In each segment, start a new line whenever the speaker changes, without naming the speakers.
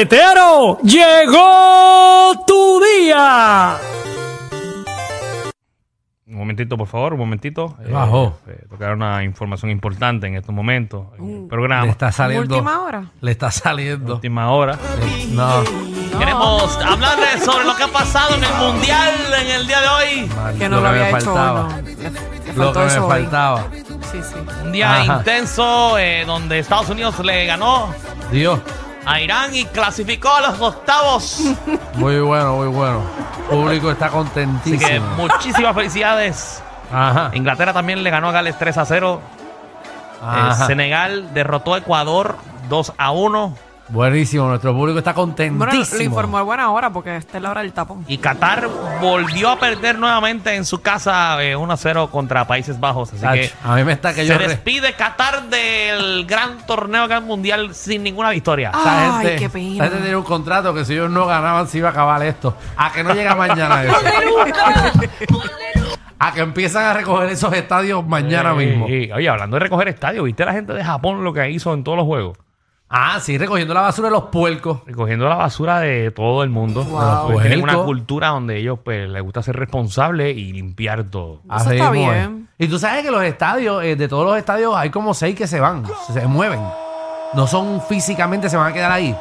Cachetero, llegó tu día.
Un momentito, por favor, un momentito. Eh,
Bajó.
eh, tocar una información importante en estos momentos. En
Uh.
el programa.
Le está saliendo.
Última hora.
Le está saliendo.
Última hora.
No,
Queremos hablar de- sobre lo que ha pasado en el mundial en el día de hoy.
Que no
lo
lo,
que me
había hecho
faltaba.
uno. Le-
lo
le
que
faltó
me
eso hoy.
faltaba.
Sí, sí.
Un día
Ajá.
intenso eh, donde Estados Unidos le ganó
Dios.
a Irán y clasificó a los octavos.
Muy bueno, muy bueno. El público está
Así que
contentísimo.
muchísimas felicidades.
Ajá.
eh,
Inglaterra también le ganó a Gales 3 a 0. Eh,
ajá.
Senegal derrotó a Ecuador 2 a 1.
Buenísimo. Nuestro público está
Bueno,
contentísimo.
lo informó a buena hora porque esta es la hora del tapón.
Y Qatar volvió a perder nuevamente en su casa eh, 1 a 0 contra Países Bajos. Así
Tacho,
que
a mí me está que yo.
se
re-
despide Qatar del gran torneo gran mundial sin ninguna victoria.
Esa
Ay,
gente,
qué
esa
pena.
gente tenía un contrato que si ellos no ganaban se iba a acabar esto. A que no llega mañana eso. a que empiezan a recoger esos estadios mañana
Eh,
mismo.
eh, oye, hablando de recoger estadios, ¿viste la gente de Japón lo que hizo en todos los juegos?
Ah, sí, recogiendo la basura de los puercos.
Recogiendo la basura de todo el mundo.
Wow.
Pues tienen una
Puerco.
cultura donde ellos pues, les gusta ser responsables y limpiar todo.
Eso
Así
está
mismo es.
bien.
Y tú sabes que los estadios, eh, de todos los estadios, hay como seis que se van, se, se mueven. No son físicamente, se van a quedar ahí.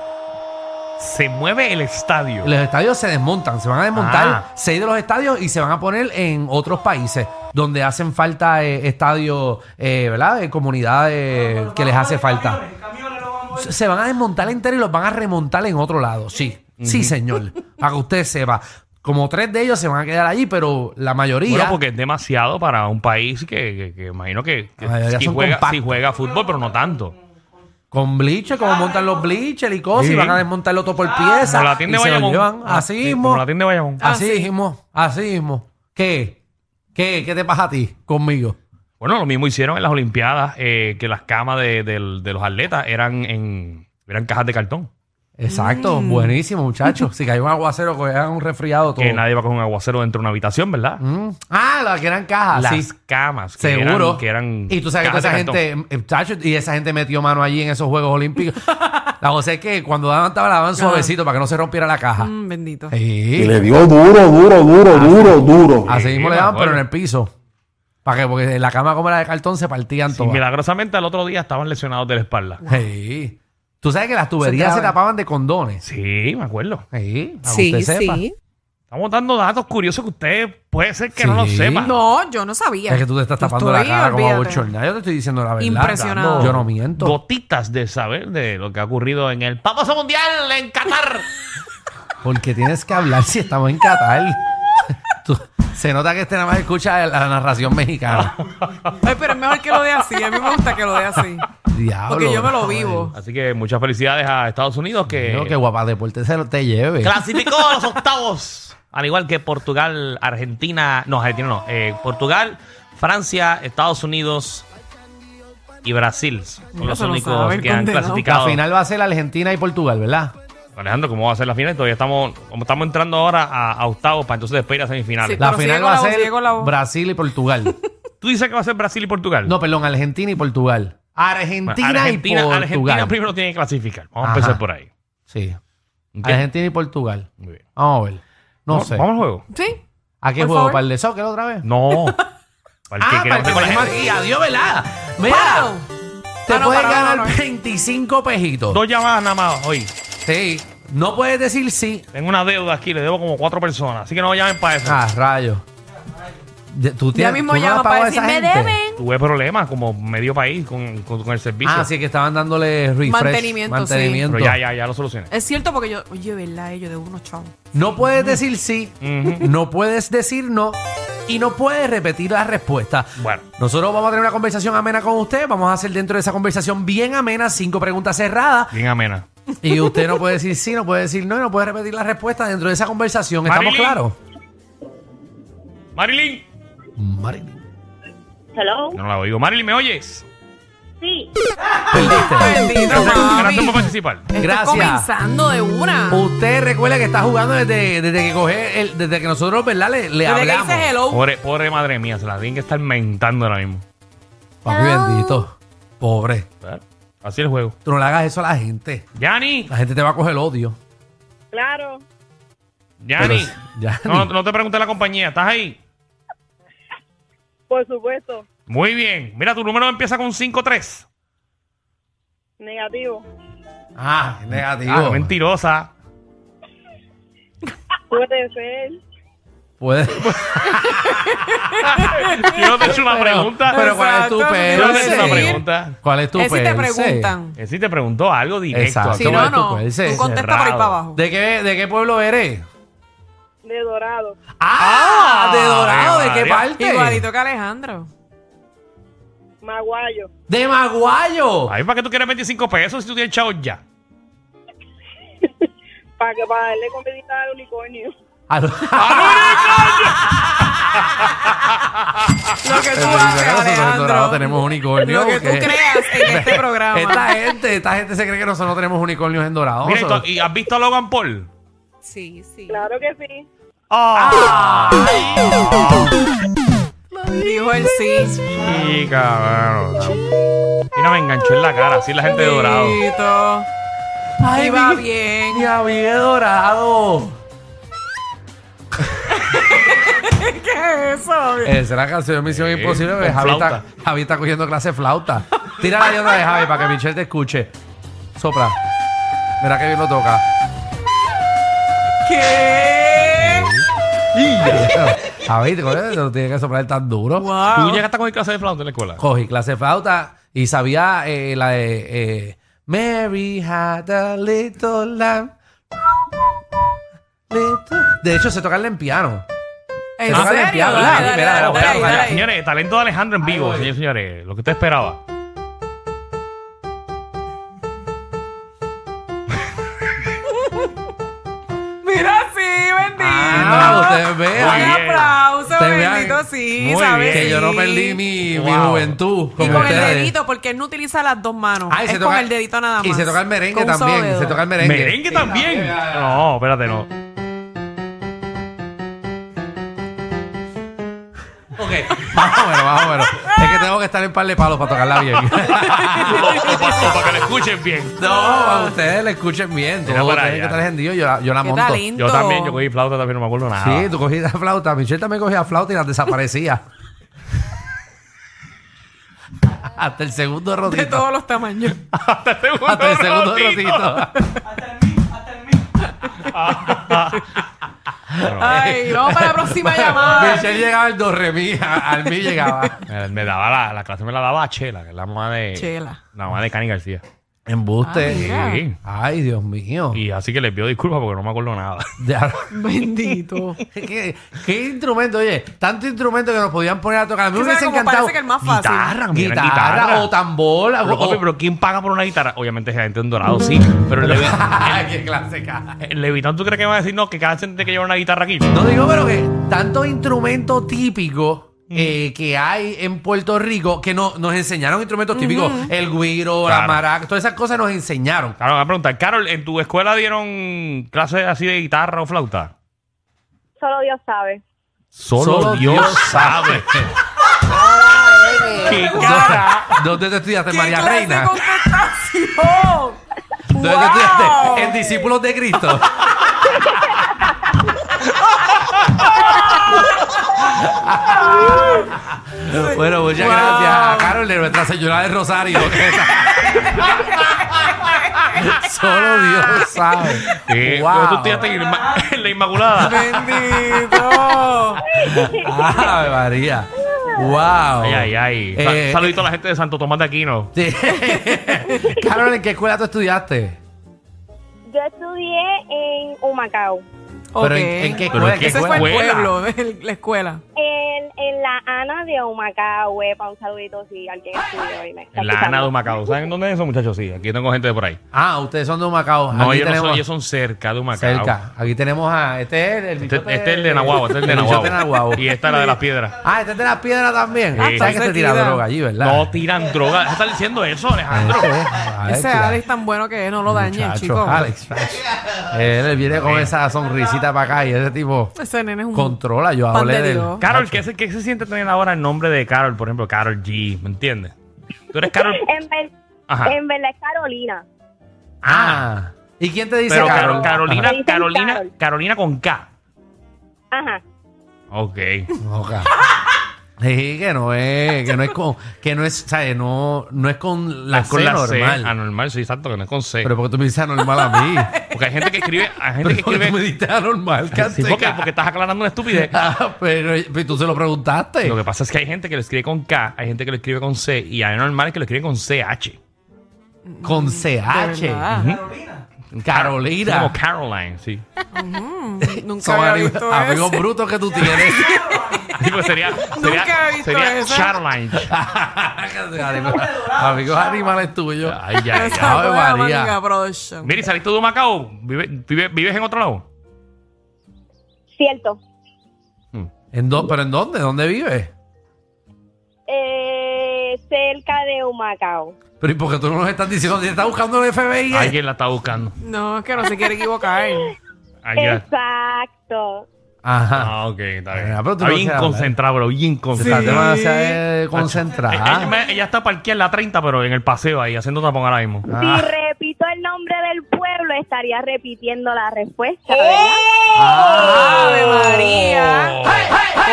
Se mueve el estadio.
Los estadios se desmontan, se van a desmontar
Ah.
seis de los estadios y se van a poner en otros países donde hacen falta eh, estadios, eh, ¿verdad? De comunidades que les hace falta. Se- se van a desmontar entero y los van a remontar en otro lado. Sí, sí, señor. Para que usted sepa. Como tres de ellos se van a quedar allí, pero la mayoría.
Bueno, porque es demasiado para un país que, que- que imagino que, que
La mayoría
sí
Ah, son
juega, sí
compactos.
juega fútbol, pero no tanto.
Con bleacher, como montan los bleachers y cosas,
Sí.
y van a desmontarlo todo por pieza.
Como la tienda
y
de
se lo
Bayamón.
llevan.
Ah,
Así
sí,
mismo.
Como la tienda de Bayamón.
Así mismo. Así mismo. ¿Qué? ¿Qué? ¿Qué te pasa a ti conmigo?
Bueno, lo mismo hicieron en las Olimpiadas, eh, que las camas de, del- de los atletas eran en eran cajas de cartón.
Exacto. Buenísimo, muchachos. si cae un aguacero, que hagan un resfriado todo.
Que nadie va a coger un aguacero dentro de una habitación, ¿verdad?
Oh. Mm. Ah, las que eran cajas.
Las
sí.
camas. Que
Seguro.
Eran, que eran
y tú sabes que
cajas
toda
de
esa
cartón.
gente, eh, chacho, y esa gente metió mano allí en esos Juegos Olímpicos. la cosa es que cuando daban tabla, la daban suavecito para que no se rompiera la caja.
Mm, bendito.
Sí. Ah,
Y le dio duro, duro, duro, duro, duro.
Así mismo le
Pues me
daban,
acuerdo.
pero en el piso. ¿Para qué? Porque en la cama como era de cartón se partían
Y
todas.
milagrosamente al otro día estaban lesionados de la espalda.
Sí. Tú sabes que las tuberías se,
traban.
tapaban de condones.
Sí, me acuerdo.
Sí, para que
Sí,
usted sepa.
sí.
Estamos dando datos curiosos que usted puede ser que no lo
Sí.
sepa.
No, yo no sabía.
Es que tú te estás
Yo
tapando la
estoy,
cara como a
olvídate.
bochornar. Yo te estoy diciendo la verdad.
Impresionado.
Yo no miento.
Gotitas de saber de lo que ha ocurrido en el
Famoso mundial en Qatar.
Porque tienes que hablar si estamos en Qatar. Tú- se nota que este nada más escucha la narración mexicana.
Ay, pero es mejor que lo dé así. A mí me gusta que lo dé así.
Diablo.
Porque yo me lo
brother.
vivo.
Así que muchas felicidades a Estados Unidos que
Digo que guapa deporte se lo te lleve.
Clasificó a los octavos. Al igual que Portugal, Argentina. No, Argentina no. eh, Portugal, Francia, Estados Unidos y Brasil. Son
Mira,
los
se lo
únicos
sabe el
que han
condenado.
La
clasificado.
final va a ser Argentina y Portugal, ¿verdad?
Alejandro, ¿cómo va a ser la final? Todavía estamos, como estamos entrando ahora a, a octavos para entonces después ir a semifinales.
Sí.
La
Pero sigue
final
con
va
la
a
voz,
ser
sigue con la voz.
Brasil y Portugal.
Tú dices que va a ser Brasil y Portugal.
No, perdón, Argentina y Portugal.
Bueno,
Argentina, y Portugal.
Argentina primero tiene que clasificar. Vamos
Ajá.
a empezar por ahí.
Sí.
¿Ok?
Argentina y Portugal.
Muy bien.
Vamos a ver. No
Vamos-
sé.
Vamos al juego.
Sí.
¿A qué
por
juego?
favor.
¿Para el de soccer otra vez?
No. Para el que
para Ah,
quiera
el que
meter con la
tenemos
gente.
aquí. Adiós, ¿verdad?
¡Pau!
Mira, te
Ah, no,
puedes
para,
ganar
no, no, no.
25 pejitos.
Dos llamadas nada más hoy.
Sí. No puedes decir sí.
Tengo una deuda aquí, le debo como cuatro personas. Así que no llamen para eso.
Ah, rayo. Ya- Tú
Ya
tienes,
mismo
tú no
llama
has
para
pagado a
decir,
esa
me
gente".
deben.
Tuve problemas como medio país con, con- con el servicio.
Ah, sí, que estaban dándole refresh.
Mantenimiento, sí.
Mantenimiento.
Pero ya, ya, ya lo solucioné.
Es cierto porque yo, oye, ¿verdad? eh? Yo debo unos chavos.
No puedes decir sí.
Ujú.
No puedes decir no. Y no puedes repetir la respuesta.
Bueno.
Nosotros vamos a tener una conversación amena con usted. Vamos a hacer dentro de esa conversación bien amena, cinco preguntas cerradas.
Bien amena.
Y usted no puede decir sí, no puede decir no y no puede repetir la respuesta dentro de esa conversación. ¿Estamos
Marilyn.
claros?
Marilyn.
Marilyn.
Hello.
No la oigo. Marilyn, ¿me oyes?
Sí.
Perdiste.
Bendito, mami.
Gracias por participar.
Estoy
Gracias.
comenzando de una.
Usted recuerda que está jugando desde, desde que coge el- desde que nosotros, ¿verdad? Le, le
Desde que
hablamos.
dices hello.
Pobre, pobre madre mía, se la tienen que estar mentando ahora mismo.
Papi bendito. Pobre.
¿Verdad? Así es el juego.
Tú no le hagas eso a la gente.
Yanni,
La gente te va a coger odio.
Claro.
Yanni.
Pero- Yanni.
No, no te preguntes la compañía, ¿estás ahí?
Por supuesto.
Muy bien. Mira, tu número empieza con 5-3.
Negativo.
Ah, es negativo.
Ah, mentirosa.
Puede ser.
Puede-
Yo no te he hecho una
Pero-
pregunta.
Pero ¿cuál es tu
Exacto,
Yo no te he
sí.
hecho una
perse?
pregunta.
¿Cuál es tu
Es si te
perse?
preguntan.
Él sí te preguntó algo directo.
Exacto.
así
Si
¿cómo
no,
como-
es tu
no. Tú
perse?
contesta por ahí
Cerrado.
para abajo.
¿De qué, ¿De qué pueblo eres?
De dorado.
¡Ah! ¿De Dorado? ¿De qué
María.
parte?
Igualito que Alejandro.
Maguayo.
¡De Maguayo!
Ay, ¿para qué tú quieres 25 pesos si tú tienes chavos ya?
Para que para darle comidita al unicornio.
A lo- Ah,
Lo que tú
Pero claro, nosotros
haces,
en Dorado
Alejandro.
tenemos unicornio.
Lo que tú
porque-
creas en este programa.
Esta gente, esta gente se cree que nosotros no tenemos unicornios en Dorado.
Mira, y
Nosotros-
tú- ¿y has visto a Logan Paul?
Sí, sí.
Claro que sí.
Ah.
Dijo el sí.
Y cabrón. Mira, me enganchó en la cara, así la gente de dorado.
Bendito.
Ay,
Y va
mi-
bien.
Mi amigo es Dorado.
¿Qué es eso?
Esa es la canción de Misión
Eh,
Imposible. pero
con
Javi está,
flauta.
Javi está cogiendo clase de flauta. Tírala de otra de Javi para que Michelle te escuche. Sopla. Mira que bien lo toca.
¿Qué?
Javi, te coges, no tiene que soplar tan duro.
¿Tú
Wow.
llegaste con el clase de flauta en la escuela?
Cogí clase de flauta y sabía eh, la de eh, Mary had a little lamb. Little- De hecho, se tocarla en piano.
¿En
Ah,
serio?
limpiado,
Dale,
dale,
dale,
mira,
dale,
vamos,
dale,
vamos,
dale.
Señores, talento de Alejandro en vivo, señores, señores. Lo que usted esperaba.
Mira, sí, bendito.
Ah, ustedes vean.
Un
Muy bien.
aplauso,
Ustedes vean.
bendito, sí,
Muy
¿sabes?
Que
Sí.
yo no perdí mi, mi
Wow.
juventud.
Y
como
con el
ustedes.
dedito, porque él no utiliza las dos manos.
Ah, y
es
se
con
toca-
el dedito nada más.
Y se toca el merengue
Con un solo
también.
dedo.
Se toca el merengue.
Merengue también.
también, ah.
No, espérate, no.
Ok. Más o menos, más o menos. Es que tengo que estar en par de palos para tocarla bien.
Para que lo escuchen bien.
no, a ustedes le escuchen bien.
Mira
Todos
para
tienen
allá.
que estar encendidos. Yo la, yo la
Qué
monto.
talento.
Yo también, yo cogí flauta también, no me acuerdo nada.
Sí, tú cogías flauta. Michelle también cogía flauta y las desaparecía. Hasta el segundo
De
rotito.
todos los tamaños.
Hasta el segundo
Hasta el segundo
rotito.
rotito.
eh,
Ay, vamos para la próxima llamada.
Michelle llegaba al do re mi, a- al mi llegaba.
Eh, Me, me daba la, la clase, me la daba Chela, que es la mamá de.
Chela.
La mamá de Cani García.
Ah,
Embuste.
mira. Ya.
Sí.
Ay, Dios mío.
Y así que les pido disculpas porque no me acuerdo nada.
Ya-
Bendito.
¿Qué, qué instrumento, oye? Tanto instrumento que nos podían poner a tocar. A mí me
¿Sabes
hubiese
cómo
encantado.
parece que el más fácil?
Guitarra, mira,
guitarra,
guitarra.
o tambor. o-
Ah, Pero, papi,
o-
pero ¿quién paga por una guitarra? Obviamente es gente en dorado, sí. Pero el, Levi-
Ay, qué clásica.
el Levitón, ¿tú crees que me va a decir no? Que cada gente tiene que llevar una guitarra aquí.
No digo, pero que tantos instrumentos típicos eh, que hay en Puerto Rico que no, nos enseñaron instrumentos típicos. El guiro, la
Claro.
maraca, todas esas cosas nos enseñaron.
Claro, me va a preguntar, Carol, ¿en tu escuela dieron clases así de guitarra o flauta?
Solo Dios sabe.
Solo, Dios, sabe. ¡Qué cara!
¿Dónde te estudiaste,
¿Qué
María
clase
Reina?
de contestación?
¿Dónde
¡Wow!
te estudiaste? En Discípulos de Cristo. bueno, muchas
Wow.
gracias a Carol de Nuestra Señora de Rosario. Solo Dios sabe.
Eh,
Wow.
¿Tú estudiaste en Inma- en la Inmaculada?
Bendito.
Ay, María. Wow.
Ay, ay, ay. Sa-
Eh,
Saludito a la gente de Santo Tomás de Aquino.
sí. Carol, ¿en qué escuela tú estudiaste?
Yo estudié en Humacao.
Pero en,
Ok.
en qué
Pero
escuela?
en qué
Ese fue el
escuela?
pueblo, el- la escuela.
En, en la Ana de Humacao, para un saludito si alguien estudió hoy me está
En la Ana de
escuchando.
Humacao. ¿Saben dónde es eso, muchachos? Sí, aquí tengo gente de por ahí.
Ah, ustedes son de Humacao.
No,
Aquí
ellos, no
tenemos-
son, ellos son cerca de Humacao.
Cerca. Aquí tenemos a. Este es el. el
Este,
bichote-
este es el de Nahuabo, este es el de
bichote
Nahuabo.
Nahuabo.
Y esta es la de las piedras.
Ah, este es de las piedras también.
Sí.
¿Sabes que te tira
Cerquita.
droga allí, verdad?
No tiran droga. ¿Qué estás diciendo eso, Alejandro?
Este, a ver,
Ese
tira-
Alex tan bueno que es, no lo dañen,
Chacho,
chicos.
Alex. Él viene
Eh.
con esa sonrisita para acá y ese tipo
Ese nene es un.
controla. Yo
Pan
hablé
de
de
Dios.
Carol, ¿qué se, ¿qué
em,
se siente tener ahora el nombre de Carol? Por ejemplo, Carol G, ¿me entiendes? Tú eres Carol.
En, ver-
Ajá.
En verdad es Carolina.
Ah. ¿Y quién te dice
Pero
Carol?
Caro- Carolina,
Ajá.
Carolina,
Carol.
Carolina con K.
Ajá.
Ok.
No, ca- Ah, Sí, que no es, que no es con, que no es, ¿sabes? No, no es con la,
Es con
C
la
normal.
C. Anormal, sí, exacto, que no es con C.
Pero porque tú me dices anormal a mí.
porque hay gente que escribe. Hay gente
Pero
que
porque tú me
escribe.
dices anormal,
Sí, porque,
Canseca.
porque estás aclarando una estupidez.
Ah, pero, pero tú se lo preguntaste.
Lo que pasa es que hay gente que lo escribe con K, hay gente que lo escribe con C y hay normales que lo escriben con CH.
Con CH.
De verdad.
Carolina.
Como Caroline, sí.
Nunca
Son
había
amigos,
visto
amigos
eso.
brutos que tú tienes.
Sí, pues sería,
Nunca he
sería,
visto
sería
eso.
Caroline.
amigos, amigos animales tuyos.
Ay, ya, ya.
Ave
Esa fue la
María.
María Production.
Mira, ¿y ¿saliste de Macao? ¿Vive- vive- ¿Vives en otro lado?
Cierto.
¿En dó- ¿Pero en dónde? ¿Dónde vives?
Eh, cerca de Humacao.
Pero ¿y por qué tú no nos estás diciendo? ¿Te estás buscando el FBI?
Alguien la está buscando.
No, es que no se quiere equivocar.
Alguien-
Exacto.
Ajá.
Ah, ok, está bien.
Ah, pero tú
Está
no
bien
sabes
concentrado, bro, bien concentrado.
Estás
Sí.
demasiado eh,
Eh, Ella,
concentrada.
me- ella está parqueada en la 30, pero en el paseo ahí, haciendo tapón ahora mismo.
Ah.
Si repito el nombre del pueblo, estaría repitiendo la respuesta, ¿verdad?
Ah.
Ave María.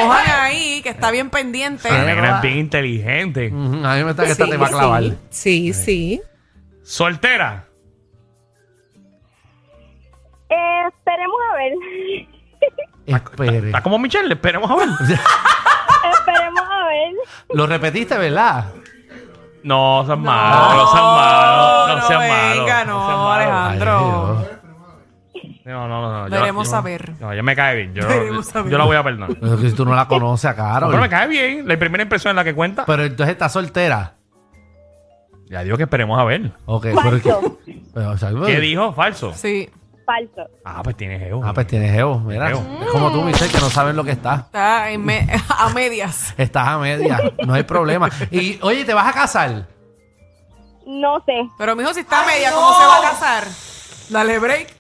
Cojan ahí, que está bien pendiente.
Oh. La negra
¿verdad?
es bien inteligente.
Ujú, A mí me está que esta te va a clavar.
Sí, sí.
Soltera.
Eh, esperemos a ver.
Espere.
Está como Michelle, le esperemos a ver.
esperemos a ver.
Lo repetiste, ¿verdad?
No, seas malo, no seas malo. No,
no
seas malo.
venga,
no seas
no,
malo.
Alejandro. Andro.
Ay, Dios.
No, no, no. no, yo-
Veremos
yo-
a ver.
No, ella me cae bien. Yo,
Veremos a ver.
yo la voy a perdonar.
Pero que si tú no la conoces a Carol.
Pero me cae bien. La primera impresión es la que cuenta.
Pero entonces está soltera.
Ya digo que esperemos a ver.
Ok, pero es
Falso.
que- pero, o sea, pues,
¿Qué dijo? Falso.
Sí.
Falso.
Ah, pues tiene geo.
Ah, pues tienes ego, mira.
Ego.
Es como tú, Michelle, que no saben lo que está.
Está en me- a medias.
Estás a media, no hay problema. Y oye, ¿te vas a casar?
No sé.
Pero mijo, si está a medias, ¿cómo se va a casar? Dale break.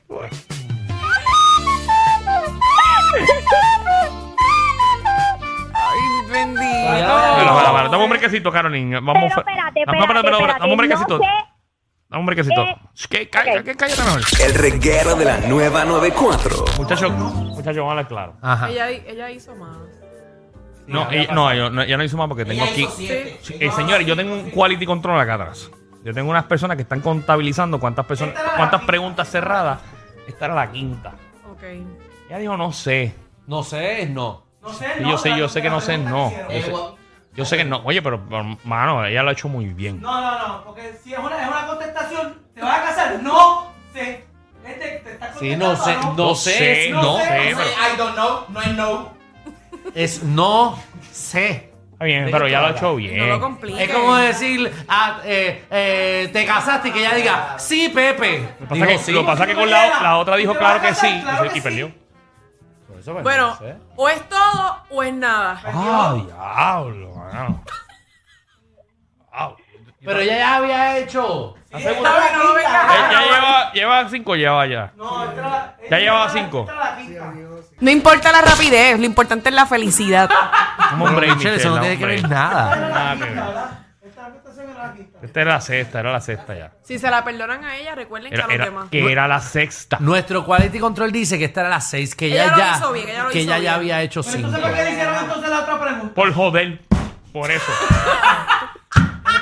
Ay,
Pero, pero,
bendito.
pero, Dame un brequecito, Carolina.
Pero
Vamos.
espérate,
Dame-
espérate, espérate.
Dame un brequecito.
No sé
Dame un brequecito.
Eh,
Shh, que- calla-
ok.
que- Cállate mejor.
El reguero de la nueva 94.
Muchacho, muchacho, vamos a hablar claro.
Ajá.
Ella, ella hizo más.
No, ella, no, yo, no, yo no hizo más porque tengo aquí. Sí, eh, señores, yo tengo un quality control acá atrás. Yo tengo unas personas que están contabilizando cuántas personas, cuántas preguntas cerradas. Esta era la quinta.
Ok.
Ella dijo, no sé.
No sé, no.
Y yo sé, yo sé que no sé, no. Yo sé, yo sé que no. Oye, pero, pero, mano, ella lo ha hecho muy bien.
No, no, no, porque si es una, es una contestación, ¿te vas a casar? No sé. Este te está
Sí, no sé,
contestando,
no sé,
No
no.
sé,
sé,
no
pero-
sé, I don't know, no es no.
Es no sé.
Está bien, pero ella lo ha hecho bien.
No lo compliques.
Es como decir, ah, eh, eh, te casaste y que ella diga, sí, Pepe.
Lo pasa que,
Dijo, sí.
lo pasa que con la, la otra dijo
¿Te vas a
claro que
casar?
sí y
Claro
se-
que
y perdió.
Por eso, pues,
Bueno,
no sé.
o es todo o es nada.
Ah, diablo, mano. Au.
Pero ella ya había hecho.
Esta vez no lo vengas a-
Ya, ya lleva, lleva cinco, lleva ya.
No, esta era la-
Ya
esta
llevaba
era la-
cinco.
esta era la quinta.
No importa la rapidez, lo importante es la felicidad.
Como hombre,
Pero, Michelle, eso no tiene que ver nada.
Nada que ver.
Esta contestación era la quinta.
Esta era la sexta, era la sexta ya.
Si se la perdonan a ella, recuerden
Era-
que a los
era-
demás.
que era la sexta.
Nuestro quality control dice que esta era a las 6, que ella,
Ella lo
ya,
hizo bien, ella lo
que
hizo
ella
bien.
ya había hecho
Pero
5.
entonces, ¿por qué le hicieron entonces la otra pregunta?
Por joder. Por eso.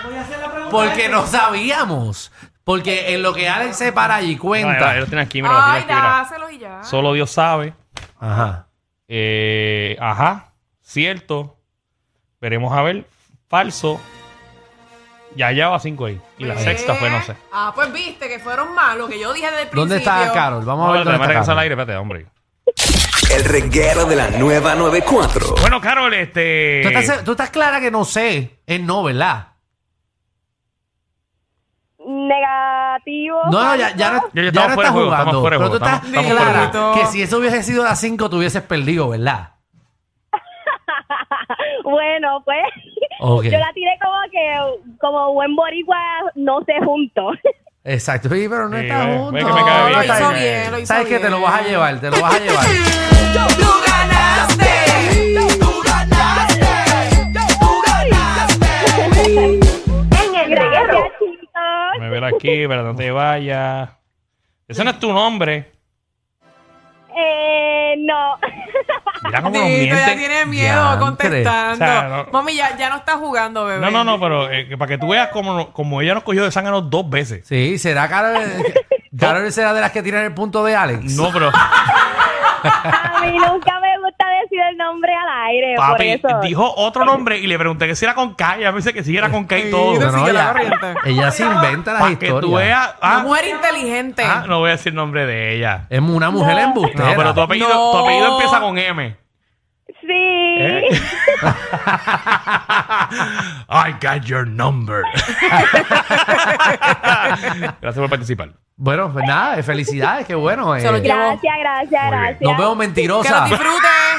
Voy a hacer la pregunta. este.
Porque
esta.
no sabíamos. Porque en lo que Alex se para y
Mira, mira,
cuenta.
lo tiene aquí, mira, lo tiene
Ay,
aquí, mira.
dáselos y ya.
Solo Dios sabe.
Ajá.
Eh, ajá. Cierto. Veremos a ver. Falso. Ya lleva cinco ahí. Y la
Ve.
sexta fue, no sé.
Pues Ah, pues viste que fueron malos, que yo dije desde el principio.
¿Dónde está Carol? Vamos a
No,
ver
espérate, me
dónde
regreso
está
al
Carol.
aire, espérate, hombre.
El reguero de la nueva 94.
Bueno, Carol, este.
¿Tú estás, tú estás clara que no sé. Es no, ¿verdad?
Negativo.
No, no,
falso.
ya, ya no,
Ya, ya
ya
estamos
no estás
fuera de juego,
jugando.
estamos fuera de
Pero tú
juego,
estás
estamos-
estamos fuera de
clara
juego.
que si eso hubiese sido las 5, tú hubieses perdido, ¿verdad?
Bueno, pues
Ok.
yo la tiré como que, como buen boricua, no sé junto.
Exacto. Sí, pero no
Sí,
estás
ve- ve
junto.
que me
No,
cae
lo
bien.
hizo
Está bien.
bien, lo hizo
Sabes que te lo
bien.
vas a llevar, te lo vas a llevar.
¡Tú ganaste!
Gracias, chicos.
Déjame ver aquí, para no te vayas. Ese no es tu nombre.
Eh, no.
Mira cómo nos
Dito, ya
mienten.
tiene miedo
Diantre.
contestando.
O sea, no-
Mami, ya, ya no está jugando, bebé.
No, no, no, pero eh, que para que tú veas como, como ella nos cogió de zángano dos veces.
Sí, será Carol. Carol será de las que tiran el punto de Alex.
No, pero
A mí nunca me gusta decir el nombre al aire, por
papi
eso.
dijo otro nombre y le pregunté que si era con K. Ella me dice que si era con K y todo.
Sí,
No, no,
sigue la
ella,
corriente.
ella se inventa las
Para que
historias.
tú veas.
Una
Ah,
mujer inteligente.
ah, no voy a decir nombre de ella.
Es una mujer embustera.
No, pero tu apellido,
No.
tu apellido empieza con M.
Sí.
¿Eh? I got your number. Gracias por participar.
Bueno, pues nada, eh, felicidades, qué bueno. eh.
Se lo llevo.
Gracias, gracias,
Muy bien.
gracias.
Nos vemos
Que lo
mentirosas.
disfrutes.